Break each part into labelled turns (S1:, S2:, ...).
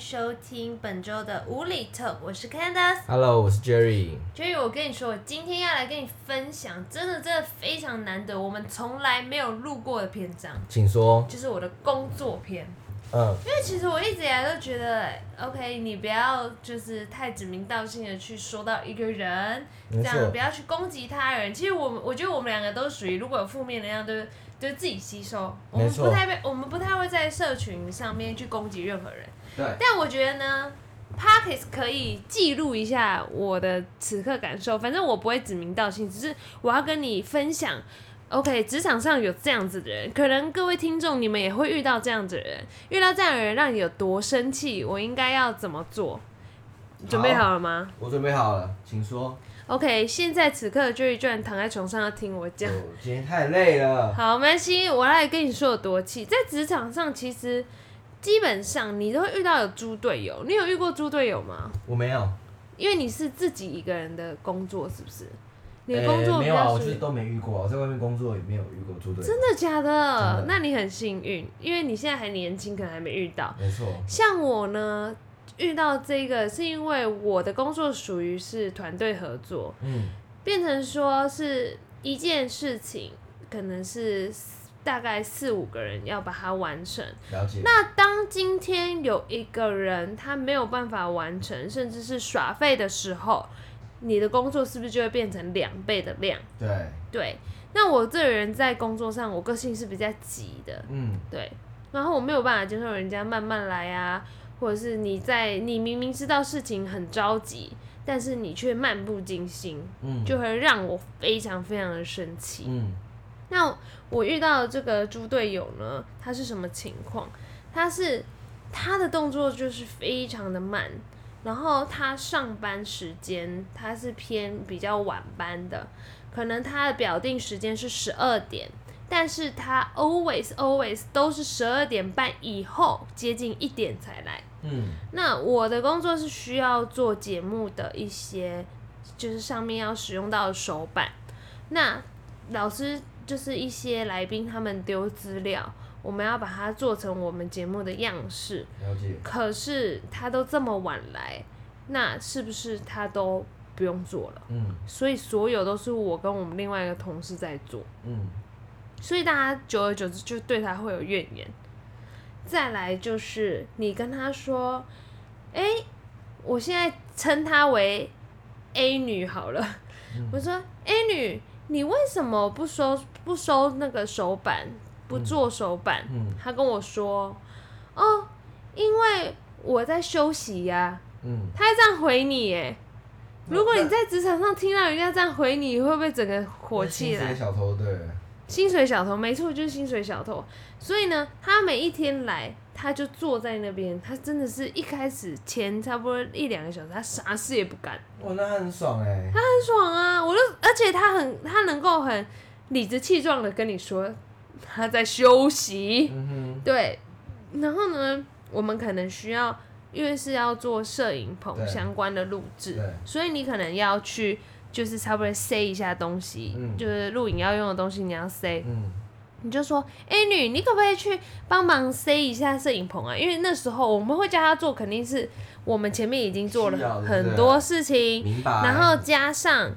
S1: 收听本周的无厘头，我是 Candace。
S2: Hello，我是 Jerry。
S1: Jerry，我跟你说，我今天要来跟你分享，真的真的非常难得，我们从来没有录过的篇章，
S2: 请说。
S1: 就是我的工作篇。
S2: 嗯，
S1: 因为其实我一直以来都觉得，OK，你不要就是太指名道姓的去说到一个人，这
S2: 没
S1: 样
S2: 错
S1: 不。要去攻击他人。其实我们我觉得我们两个都属于，如果有负面能量，都是都是自己吸收。我们
S2: 没错
S1: 不太被我们不太会在社群上面去攻击任何人。
S2: 对，
S1: 但我觉得呢 p o c k e t 可以记录一下我的此刻感受，反正我不会指名道姓，只是我要跟你分享。OK，职场上有这样子的人，可能各位听众你们也会遇到这样子的人，遇到这样的人让你有多生气，我应该要怎么做？你准备好了吗
S2: 我准备好了，请说。
S1: ？OK，现在此刻 Joey 居然躺在床上要听我讲。
S2: 我今天太累了。
S1: 好，没关系，我来跟你说有多气。在职场上，其实基本上你都会遇到有猪队友，你有遇过猪队友吗？
S2: 我没有。
S1: 因为你是自己一个人的工作，是不是？你的
S2: 诶
S1: 工作比
S2: 没有啊，
S1: 较属
S2: 我就是
S1: 于
S2: 都没遇过啊，我在外面工作也没有遇过猪队友。
S1: 真的假
S2: 真
S1: 的
S2: 的？
S1: 那你很幸运，因为你现在还年轻，可能还没遇到。
S2: 没错。
S1: 像我呢，遇到这个是因为我的工作属于是团队合作，
S2: 嗯，
S1: 变成说是一件事情，可能是大概四五个人要把它完成。
S2: 了解。
S1: 那当今天有一个人他没有办法完成，甚至是耍废的时候，你的工作是不是就会变成两倍的量？
S2: 对，
S1: 对，那我这个人在工作上，我个性是比较急的，
S2: 嗯，
S1: 对，然后我没有办法接受人家慢慢来啊，或者是你在你明明知道事情很着急，但是你却漫不经心，
S2: 嗯，
S1: 就会让我非常非常的生气。
S2: 嗯，
S1: 那我遇到的这个猪队友呢，他是什么情况？他是他的动作就是非常的慢，然后他上班时间他是偏比较晚班的，可能他的表定时间是十二点，但是他 always always 都是十二点半以后接近一点才来。
S2: 嗯，
S1: 那我的工作是需要做节目的一些，就是上面要使用到的手板。那老师就是一些来宾他们丢资料，我们要把它做成我们节目的样式。
S2: 了解。
S1: 可是他都这么晚来，那是不是他都不用做了？
S2: 嗯
S1: 所以所有都是我跟我们另外一个同事在做。
S2: 嗯，
S1: 所以大家久而久之就对他会有怨言。再来就是你跟他说，哎、我现在称她为 A 女好了，
S2: 嗯
S1: 我说 A 女，你为什么不收不收那个手板，不做手板？
S2: 嗯
S1: 他跟我说，哦，因为我在休息呀、
S2: 嗯，
S1: 他还这样回你耶。如果你在职场上听到人家这样回你，会不会整个火气来
S2: 那薪水？小偷对，
S1: 薪水小偷，没错，就是薪水小偷。所以呢，他每一天来，他就坐在那边，他真的是一开始前差不多一两个小时，他啥事也不干，
S2: 哇，哦那他很爽哎。
S1: 很爽啊！我就，而且他很，他能够很理直气壮的跟你说他在休息，
S2: 嗯哼，
S1: 对。然后呢，我们可能需要，因为是要做摄影棚
S2: 对
S1: 相关的录制
S2: 对，，
S1: 所以你可能要去。就是差不多塞一下东西，
S2: 嗯
S1: 就是录影要用的东西，你要塞。
S2: 嗯，
S1: 你就说，哎、女，你可不可以去帮忙塞一下摄影棚啊？因为那时候我们会叫她做，肯定是我们前面已经做
S2: 需要
S1: 了
S2: 的
S1: 很多事情，
S2: 明白。
S1: 然，后加上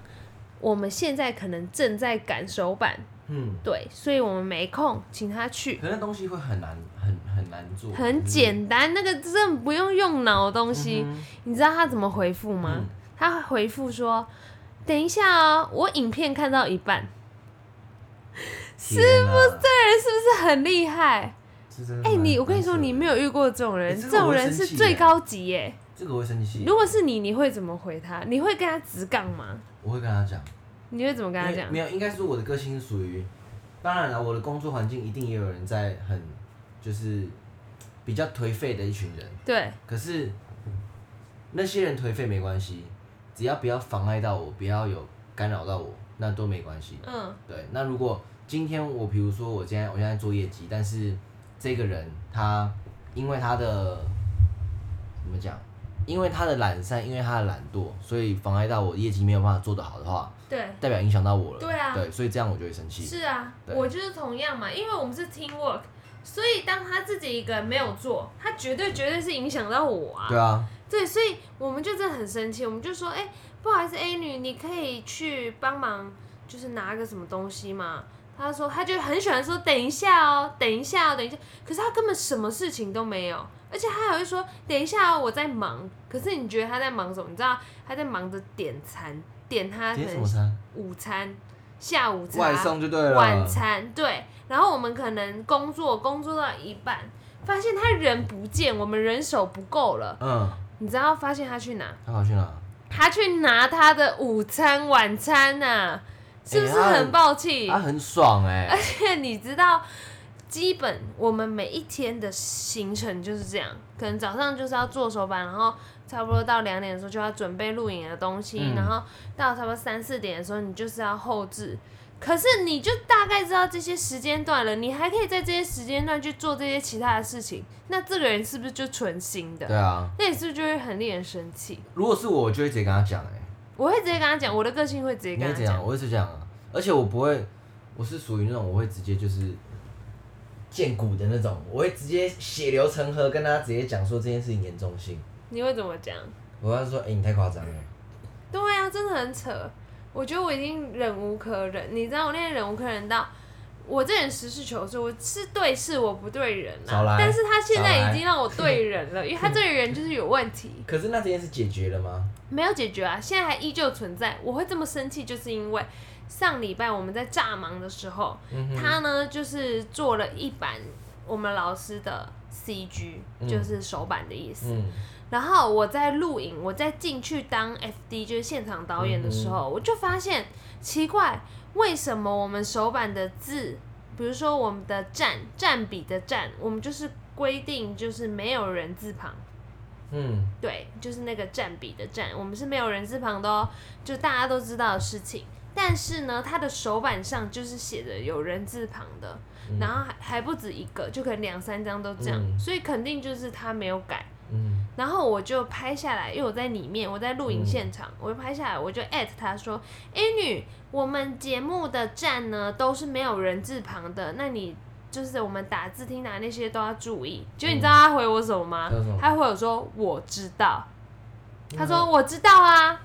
S1: 我们现在可能正在赶手板，
S2: 嗯，
S1: 对，所以我们没空请她去。
S2: 可是那东西会很难，很很难做，嗯
S1: 很简单，那个真的不用用脑的东西。你知道她怎么回复吗
S2: 嗯？
S1: 她回复说：“等一下哦，我影片看到一半。”
S2: 是不
S1: 这人是不是很厉害？
S2: 是？
S1: 哎、你我跟你说，你没有遇过这种人，
S2: 嗯哎这个
S1: 这种
S2: 我会
S1: 人
S2: 生
S1: 是
S2: 气
S1: 最
S2: 耶
S1: 高级耶。
S2: 这个我会生气，
S1: 如果是你，你会怎么回他？你会跟他直杠吗？
S2: 我会跟他讲，
S1: 你会怎么跟他
S2: 因为
S1: 讲
S2: 没？有，应该说我的个性是属于，当然了，我的工作环境一定也有人在很就是比较颓废的一群人，
S1: 对，
S2: 可是那些人颓废没关系，只要不要妨碍到我，不要有干扰到我，那都没关系。
S1: 嗯，
S2: 对，那如果今天我比如说我今天我现在做业绩，但是这个人他因为他的怎么讲，因为他的懒散，因为他的懒惰，所以妨碍到我业绩没有办法做得好的话，
S1: 对，
S2: 代表影响到我了。
S1: 对啊
S2: 所以这样我就会生气。
S1: 是啊，
S2: 对
S1: 我就是同样嘛，因为我们是 team work，所以当他自己一个人没有做，他绝对绝对是影响到我啊。
S2: 对啊，
S1: 对，所以我们就真的很生气，我们就说，哎、不好意思，A 女，你可以去帮忙，就是拿个什么东西嘛。她说，她就很喜欢说，等一下哦，等一下哦，等一下。可是她根本什么事情都没有，而且她还会说，等一下哦，我在忙。可是你觉得她在忙什么？你知道她在忙着点餐，点她可
S2: 点什么
S1: 能
S2: 餐？
S1: 午餐、下午茶、
S2: 外送就对了。
S1: 啊晚餐，对。然后我们可能工作工作到一半，发现他人不见，我们人手不够了。
S2: 嗯，
S1: 你知道发现他去哪？
S2: 他跑去哪？
S1: 他去拿他的午餐、晚餐呐、是不是
S2: 哎他
S1: 很暴气？
S2: 他很爽哎、
S1: 而且你知道，基本我们每一天的行程就是这样，可能早上就是要做手板，然后差不多到两点的时候就要准备录影的东西，
S2: 嗯
S1: 然后到差不多三四点的时候你就是要后置。可是你就大概知道这些时间段了，你还可以在这些时间段去做这些其他的事情，那这个人是不是就存心的？
S2: 对啊，
S1: 那你是不是就会很令人生气？
S2: 如果是我，我就会直接跟他讲哎、
S1: 我会直接跟他讲，我的个性会直接
S2: 你
S1: 跟
S2: 会
S1: 他
S2: 这
S1: 讲
S2: 样，。我会是这样啊，而且我不会，我是属于那种我会直接就是见骨的那种，我会直接血流成河跟他直接讲说这件事情严重性。
S1: 你会怎么讲？
S2: 我要说，哎、你太夸张了。
S1: 对啊，真的很扯。我觉得我已经忍无可忍，你知道我那天忍无可忍到，我这人实事求是，我是对事我不对人啊
S2: 少来。
S1: 但是他现
S2: 少
S1: 在
S2: 来
S1: 已经让我对人了，因为他对人就是有问题，
S2: 可是那这件事解决了吗？
S1: 没有解决啊，现在还依旧存在。我会这么生气，就是因为上礼拜我们在炸忙的时候，
S2: 嗯哼，
S1: 他呢就是做了一版我们老师的 CG，、
S2: 嗯
S1: 就是手板的意思。
S2: 嗯，
S1: 然后我在录影，我在进去当 FD，就是现场导演的时候，
S2: 嗯
S1: 我就发现奇怪，为什么我们手板的字，比如说我们的占占比的占，我们就是规定就是没有人字旁，
S2: 嗯，
S1: 对，就是那个占比的占，我们是没有人字旁的哦，就大家都知道的事情。但是呢，它的手板上就是写着有人字旁的，
S2: 嗯
S1: 然后还还不止一个，就可能两三张都这样，
S2: 嗯
S1: 所以肯定就是他没有改。
S2: 嗯，
S1: 然后我就拍下来，因为我在里面，我在录影现场，
S2: 嗯
S1: 我就拍下来，我就艾特他说：“A 女，我们节目的站呢都是没有人字旁的，那你就是我们打字听打那些都要注意。”就你知道他回我什么吗？
S2: 他说嗯什么
S1: 他回我说：“我知道。”啊他说：“
S2: 嗯
S1: 我知道啊。”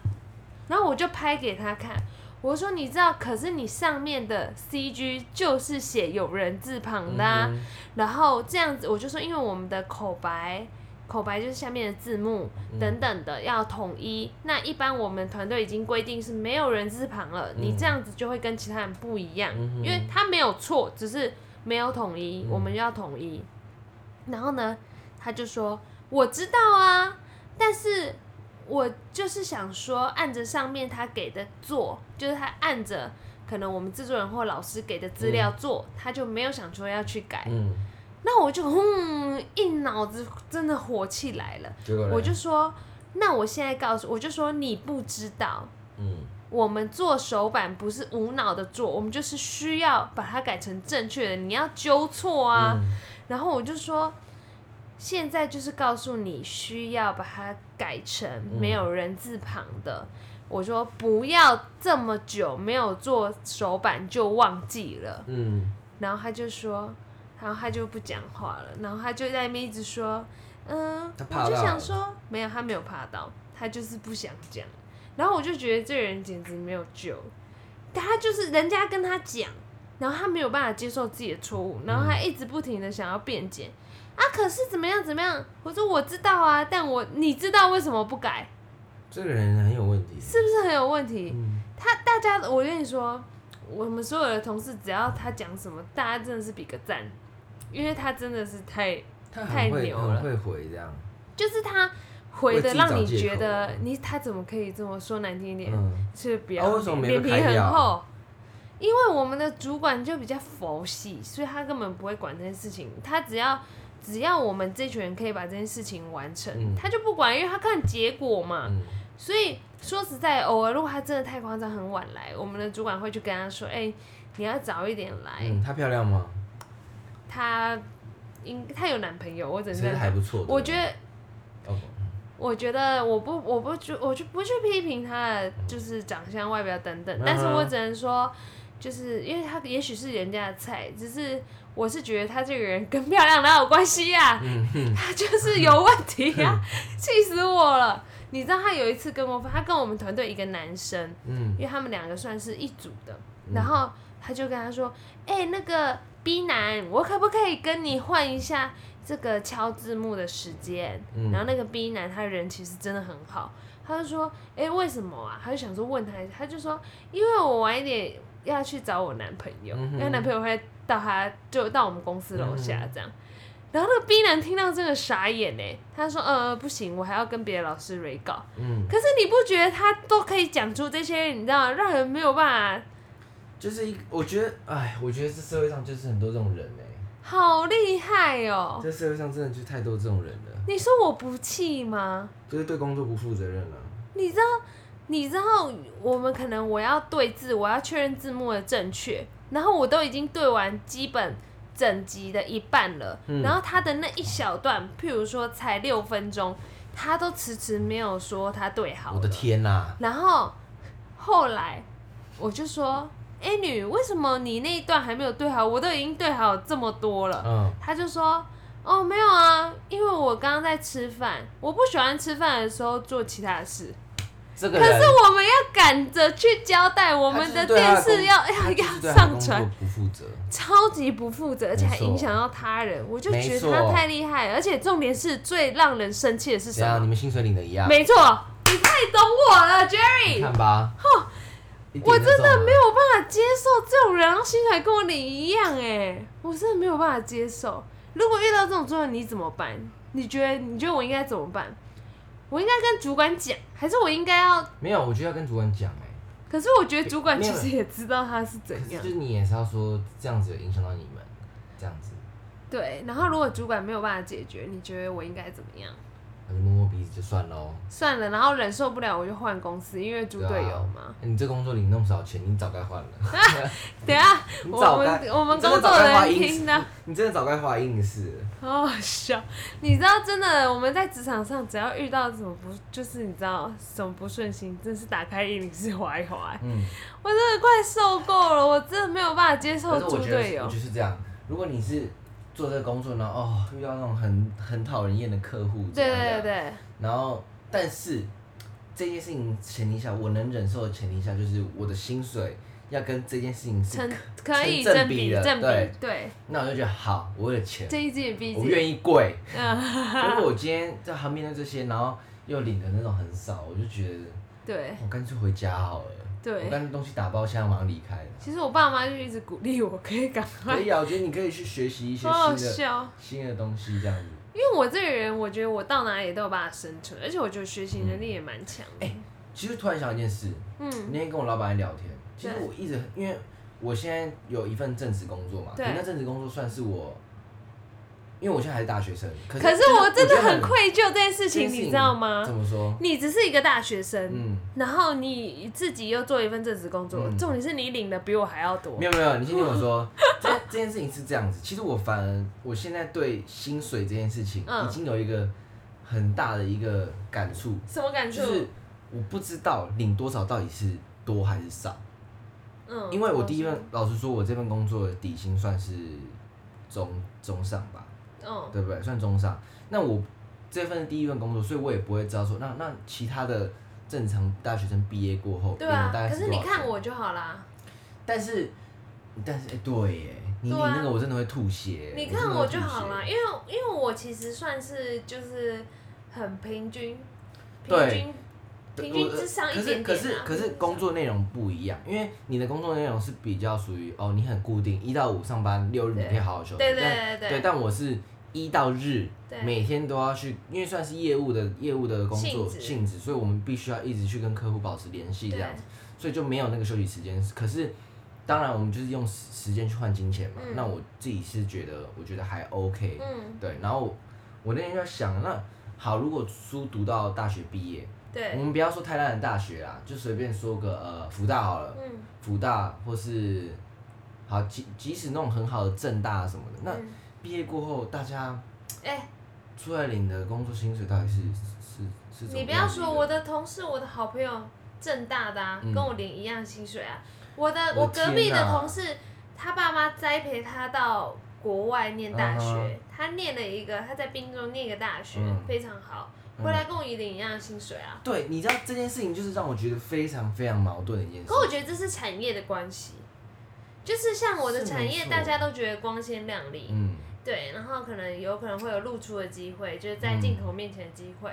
S1: 然后我就拍给他看，我说：“你知道，可是你上面的 CG 就是写有人字旁的、啊。
S2: 嗯
S1: 然后这样子，我就说，因为我们的口白，口白就是下面的字幕
S2: 嗯
S1: 等等的要统一。那一般我们团队已经规定是没有人字旁了，
S2: 嗯
S1: 你这样子就会跟其他人不一样，
S2: 嗯哼
S1: 因为他没有错，只是没有统一，
S2: 嗯
S1: 我们要统一。然后呢，他就说我知道啊，但是我就是想说，按着上面他给的做，就是他按着。可能我们制作人或老师给的资料做，他就没有想说要去改，
S2: 嗯，
S1: 那我就嗯，一脑子真的火气来了，
S2: 结果嘞
S1: 我就说，那我现在告诉，我就说你不知道，
S2: 嗯
S1: 我们做手板不是无脑的做，我们就是需要把它改成正确的，你要纠错啊。
S2: 嗯
S1: 然后我就说，现在就是告诉你需要把它改成没有人字旁的。我说不要这么久没有做手板就忘记了。
S2: 嗯，
S1: 然后他就说，然后他就不讲话了，然后他就在那边一直说，嗯，
S2: 他
S1: 我
S2: 怕
S1: 就
S2: 到
S1: 想
S2: 了
S1: 说，没有，他没有怕到，他就是不想讲。然后我就觉得这个人简直没有救，他就是人家跟他讲，然后他没有办法接受自己的错误，然后
S2: 嗯
S1: 他一直不停的想要辩解。啊！可是怎么样怎么样？我说我知道啊，但我你知道为什么不改？
S2: 这个人很有问题。
S1: 是不是很有问题？
S2: 嗯，
S1: 他大家，我跟你说，我们所有的同事，只要他讲什么，大家真的是比个赞，因为他真的是太，
S2: 他
S1: 太
S2: 很会
S1: 牛了
S2: 很会回这样。
S1: 就是他回
S2: 为自
S1: 的
S2: 己
S1: 让你
S2: 找借
S1: 觉
S2: 口
S1: 得你他怎么可以这么说难听一点，
S2: 嗯，
S1: 是比
S2: 啊
S1: 较
S2: 为什么没被
S1: 脸皮
S2: 开掉啊
S1: 很厚。因为我们的主管就比较佛系，所以他根本不会管这件事情。他只要只要我们这群人可以把这件事情完成，
S2: 嗯
S1: 他就不管，因为他看结果嘛。
S2: 嗯
S1: 所以说实在，偶尔如果他真的太夸张，很晚来，我们的主管会去跟他说：“哎、你要早一点来。
S2: 嗯，她漂亮吗？
S1: 他应他有男朋友，我只
S2: 其
S1: 能
S2: 实
S1: 这样
S2: 还不错。
S1: 我觉得，
S2: 得，哦
S1: 我觉得我不，我不去，我就不去批评他的就是长相、外表等等
S2: 嗯，哼
S1: 但是我只能说，就是因为他也许是人家的菜，只是我是觉得她这个人跟漂亮哪有关系呀、
S2: 嗯
S1: 她就是有问题呀、 气死我了！你知道她有一次跟我分，她跟我们团队一个男生，
S2: 嗯
S1: 因为他们两个算是一组的，然后他就跟他说：“哎、那个 B 男，我可不可以跟你换一下这个敲字幕的时间？”
S2: 嗯
S1: 然后那个 B 男他人其实真的很好，他就说：“哎、为什么啊？”他就想说问他，他就说：“因为我晚一点要去找我男朋友，
S2: 嗯哼嗯
S1: 因为男朋友会到他就到我们公司楼下这样。然后那个 B 男听到这个傻眼呢，他说：“呃，不行，我还要跟别的老师 re 稿。”
S2: 嗯，
S1: 可是你不觉得他都可以讲出这些，你知道，让人没有办法，
S2: 就是一，我觉得，哎，我觉得这社会上就是很多这种人哎、
S1: 好厉害哦！
S2: 这社会上真的就太多这种人了，
S1: 你说我不气吗？
S2: 就是对工作不负责任啊了、
S1: 你知道，你知道，我们可能我要对字，我要确认字幕的正确，然后我都已经对完基本整集的一半了，
S2: 嗯
S1: 然后他的那一小段，譬如说才六分钟，他都迟迟没有说他对好。
S2: 我的！天呐、
S1: 然后后来我就说：“哎、女，为什么你那一段还没有对好？我都已经对好这么多了。
S2: 嗯，
S1: 她就说：“哦，没有啊，因为我刚刚在吃饭，我不喜欢吃饭的时候做其他的事。
S2: 这个
S1: 可
S2: 人
S1: 是我们要赶着去交代我们
S2: 他就是对他
S1: 电
S2: 的
S1: 视
S2: 工
S1: 要
S2: 他
S1: 要
S2: 就是对
S1: 要
S2: 他的
S1: 上
S2: 工
S1: 传
S2: 作，不负责，
S1: 超级不负责，而且还
S2: 没错
S1: 影响到他人。我就
S2: 没
S1: 觉得
S2: 错
S1: 他太厉害了，而且重点是最让人生气的是
S2: 这
S1: 什
S2: 样你
S1: 么？
S2: 们薪水领的一样，
S1: 没错，你太懂我了，Jerry。”
S2: 你看吧，一点
S1: 我
S2: 就
S1: 真
S2: 中了
S1: 的没有办法接受这种人，然后薪水跟我领一样哎、我真的没有办法接受。如果遇到这种状况，你怎么办？你觉得你觉得我应该怎么办？我应该跟主管讲，还是我应该要？
S2: 没有，我觉得要跟主管讲哎、
S1: 可是我觉得主管其实也知道他是怎
S2: 可是
S1: 样
S2: 就。是你也是要说这样子有影响到你们，这样子，
S1: 对，然后如果主管没有办法解决，你觉得我应该怎么样？
S2: 那就摸摸鼻子就算喽。
S1: 算了，然后忍受不了我就换公司，因为猪队友嘛。
S2: 啊哎你这工作领那么少钱，你早该换了。
S1: 等一下
S2: 啊你
S1: 我
S2: 早该
S1: 们，我们
S2: 你真
S1: 工
S2: 的
S1: 作
S2: 早
S1: 的
S2: 该花
S1: 人
S2: 英
S1: 听到。
S2: 你真的早该花硬事了。
S1: 好好笑，你知道，真的，我们在职场上，只要遇到什么不，就是你知道什么不顺心，真是打开一零四划一划，
S2: 嗯，
S1: 我真的快受够了，我真的没有办法接受
S2: 可是
S1: 猪
S2: 我觉
S1: 队
S2: 得
S1: 友
S2: 我。就是这样。如果你是做这个工作呢，哦，遇到那种很很讨人厌的客户，
S1: 对
S2: 这样
S1: 对对
S2: 这样。
S1: 对，
S2: 然后，但是这件事情前提下，我能忍受的前提下，就是我的薪水要跟这件事情是
S1: 成，可以
S2: 成正
S1: 正
S2: 比
S1: 比
S2: 的
S1: 正
S2: 对
S1: 比，对，
S2: 那我就觉得好，我有钱，
S1: 睁一只眼闭一
S2: 我
S1: 只眼。
S2: 愿意 跪。
S1: 嗯，
S2: 如果我今天在旁边的这些，然后又领的那种很少，我就觉得。
S1: 对
S2: 我干脆回家好了。我
S1: 对。
S2: 干脆东西打包箱，马上离 开了。
S1: 其实我爸妈就一直鼓励我，可以赶
S2: 可
S1: 快，
S2: 以啊，我觉得你可以去学习一些
S1: 好好
S2: 新的、
S1: 笑。
S2: 新的东西，这样子。
S1: 因为我这个人，我觉得我到哪里都有办法生存，而且我觉得学习能力也蛮强的。
S2: 其实突然想到一件事，
S1: 嗯，
S2: 那天跟我老板在聊天，其实
S1: 对
S2: 我一直很因为我现在有一份正职工作嘛，可
S1: 对
S2: 那正职工作算是我，因为我现在还是大学生，可是
S1: 可是我真的
S2: 就
S1: 很啊愧疚这件事情，
S2: 这件事
S1: 你知道吗
S2: 怎？么说？
S1: 你只是一个大学生，
S2: 嗯，
S1: 然后你自己又做一份正职工作，
S2: 嗯
S1: 重点是你领的比我还要多
S2: 没。有没有，你先听 我说，这这件事情是这样子。其实我反而我现在对薪水这件事情
S1: 嗯
S2: 已经有一个很大的一个感触，
S1: 什么感触？
S2: 就是我不知道领多少到底是多还是少，
S1: 嗯
S2: 因为我第一份
S1: 份，
S2: 老实说，我这份工作的底薪算是中中上吧，
S1: 嗯，
S2: 对不对？算中上。那我这份第一份工作，所以我也不会知道说，那那其他的正常大学生毕业过后，
S1: 对
S2: 领
S1: 啊
S2: 的大。概
S1: 可
S2: 是
S1: 是
S2: 多
S1: 你
S2: 少钱
S1: 看，我就好啦，
S2: 但是但是哎、对耶，你领
S1: 对啊
S2: 那个我真的会吐血，
S1: 你看我就好啦，
S2: 了。
S1: 因为因为我其实算是就是很平均，平
S2: 对
S1: 均
S2: 对
S1: 平
S2: 我呃
S1: 均之上一点点、啊
S2: 可是可是可是工作内容不一样，因为你的工作内容是比较属于哦，你很固定，一到五上班，六日你
S1: 对
S2: 可以好好休息。
S1: 对对
S2: 但
S1: 对对
S2: 对，但我是一到日
S1: 对
S2: 每天都要去，因为算是业务的业务的工
S1: 性
S2: 作
S1: 质
S2: 性质，所以我们必须要一直去跟客户保持联系这
S1: 对
S2: 样子，所以就没有那个休息时间。可是当然，我们就是用时时间去换金钱嘛。
S1: 嗯
S2: 那我自己是觉得，我觉得还 OK。
S1: 嗯
S2: 对，然后我我那天就在想，那好，如果书读到大学毕业，我
S1: 对
S2: 们不要说太烂的大学啦，就随便说个呃福大好了，
S1: 嗯
S2: 福大或是好即即使那种很好的正大什么的，那
S1: 嗯
S2: 毕业过后大家
S1: 哎、
S2: 出来领的工作薪水到底是是是
S1: 你
S2: 怎么样的一个？
S1: 不要说我的同事，我的好朋友，正大的、啊
S2: 嗯
S1: 跟我领一样薪水啊。我的
S2: 我
S1: 我
S2: 的天
S1: 隔壁的
S2: 哪
S1: 同事，他爸妈栽培他到国外念大学
S2: 嗯哼
S1: 他念了一个他在滨州念一个大学、
S2: 嗯
S1: 非常好，
S2: 嗯
S1: 回来跟我一领一样的薪水啊。
S2: 对，你知道这件事情就是让我觉得非常非常矛盾的一件事
S1: 可。我觉得这是产业的关系，就是像我的
S2: 是
S1: 产
S2: 没
S1: 业，
S2: 错
S1: 大家都觉得光鲜亮丽，
S2: 嗯，
S1: 对，然后可能有可能会有露出的机会，就是在
S2: 嗯
S1: 镜头面前的机会。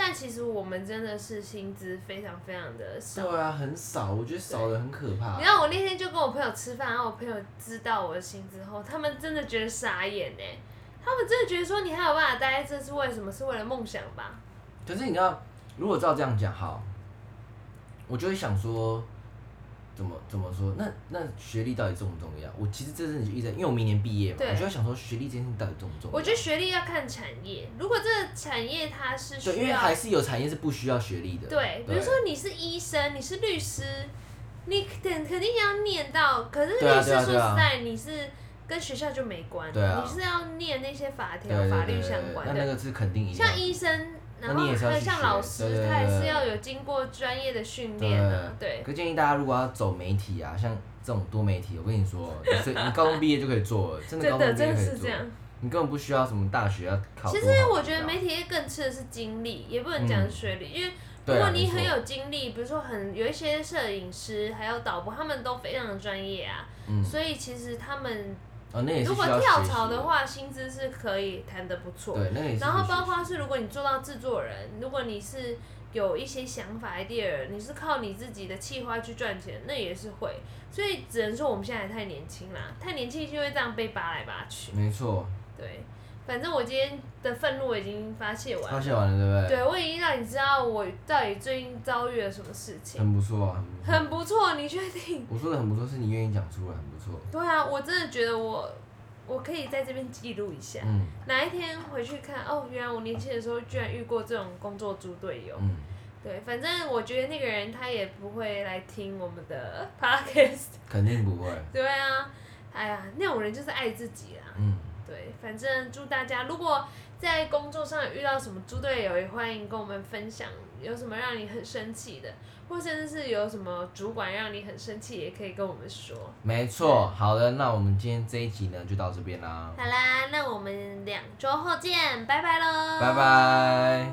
S1: 但其实我们真的是薪资非常非常的少。
S2: 对啊，很少，我觉得少的很可怕
S1: 你。知道我那天就跟我朋友吃饭，然后我朋友知道我的薪资后，他们真的觉得傻眼呢、他们真的觉得说你还有办法待在这是为什么？是为了梦想吧？
S2: 可是你知道，如果照这样讲，好，我就会想说，怎么怎么说？那那学历到底重不重要？我其实这阵子就一直在，因为我明年毕业嘛，
S1: 对
S2: 我就在想说，学历这件事情到底重不重要？
S1: 我觉得学历要看产业，如果这个产业它是
S2: 对，因
S1: 需
S2: 为
S1: 要
S2: 还是有产业是不需要学历的。
S1: 对，比如说你是医生，你是律师，你肯肯定要念到。可是律
S2: 对啊
S1: 师
S2: 对啊
S1: 说实
S2: 对啊
S1: 在，你是跟学校就没关，
S2: 对啊
S1: 你是要念那些法条
S2: 对、对
S1: 法律
S2: 对对
S1: 相
S2: 对
S1: 关
S2: 那那
S1: 的。
S2: 个是肯定一定要
S1: 像医生，然
S2: 那
S1: 后
S2: 你也是要
S1: 还有
S2: 去
S1: 像
S2: 学
S1: 老
S2: 对
S1: 师，
S2: 对
S1: 他也是
S2: 对
S1: 要有经过专业的训练啊。对，
S2: 可建议大家如果要走媒体啊，像这种多媒体，我跟你说，你是你高中毕业就可以做了，真的
S1: 真
S2: 高中
S1: 的
S2: 毕业
S1: 真的
S2: 可以
S1: 是
S2: 做
S1: 这，样。
S2: 你根本不需要什么大学要考
S1: 其
S2: 多好。
S1: 实我觉得媒体业更吃的是经历，也不能讲
S2: 嗯
S1: 学历，因为如
S2: 对啊
S1: 果你
S2: 没错
S1: 很有经历，比如说很有一些摄影师还有导播，他们都非常的专业啊，
S2: 嗯
S1: 所以其实他们
S2: 哦，那也是
S1: 如果
S2: 需要
S1: 跳
S2: 学习
S1: 槽的，话，薪资是可以谈得不错。
S2: 对，那也是。
S1: 然后包括是，如果你做到制作人，如果你是有一些想法 idea，你是靠你自己的企划去赚钱，那也是会。所以只能说我们现在还太年轻啦，太年轻就会这样被扒来扒去。
S2: 没错，
S1: 对，反正我今天的愤怒已经发泄完
S2: 发
S1: 了，
S2: 泄完了，对不对？
S1: 对我已经让你知道我到底最近遭遇了什么事情。
S2: 很不错啊，很不错。
S1: 很不错，你确定？
S2: 我说的很不错，是你愿意讲出来，很不错。
S1: 对啊，我真的觉得我我可以在这边记录一下。
S2: 嗯
S1: 哪一天回去看，哦，原来我年轻的时候居然遇过这种工作猪队友。
S2: 嗯，
S1: 对，反正我觉得那个人他也不会来听我们的 podcast。
S2: 肯定不会。
S1: 对啊，哎呀，那种人就是爱自己啦。
S2: 嗯，
S1: 对，反正祝大家，如果在工作上有遇到什么猪队友，也欢迎跟我们分享，有什么让你很生气的，或甚至是有什么主管让你很生气，也可以跟我们说。
S2: 没错。好的，那我们今天这一集呢，就到这边啦。
S1: 好啦，那我们两周后见，拜拜喽！
S2: 拜拜。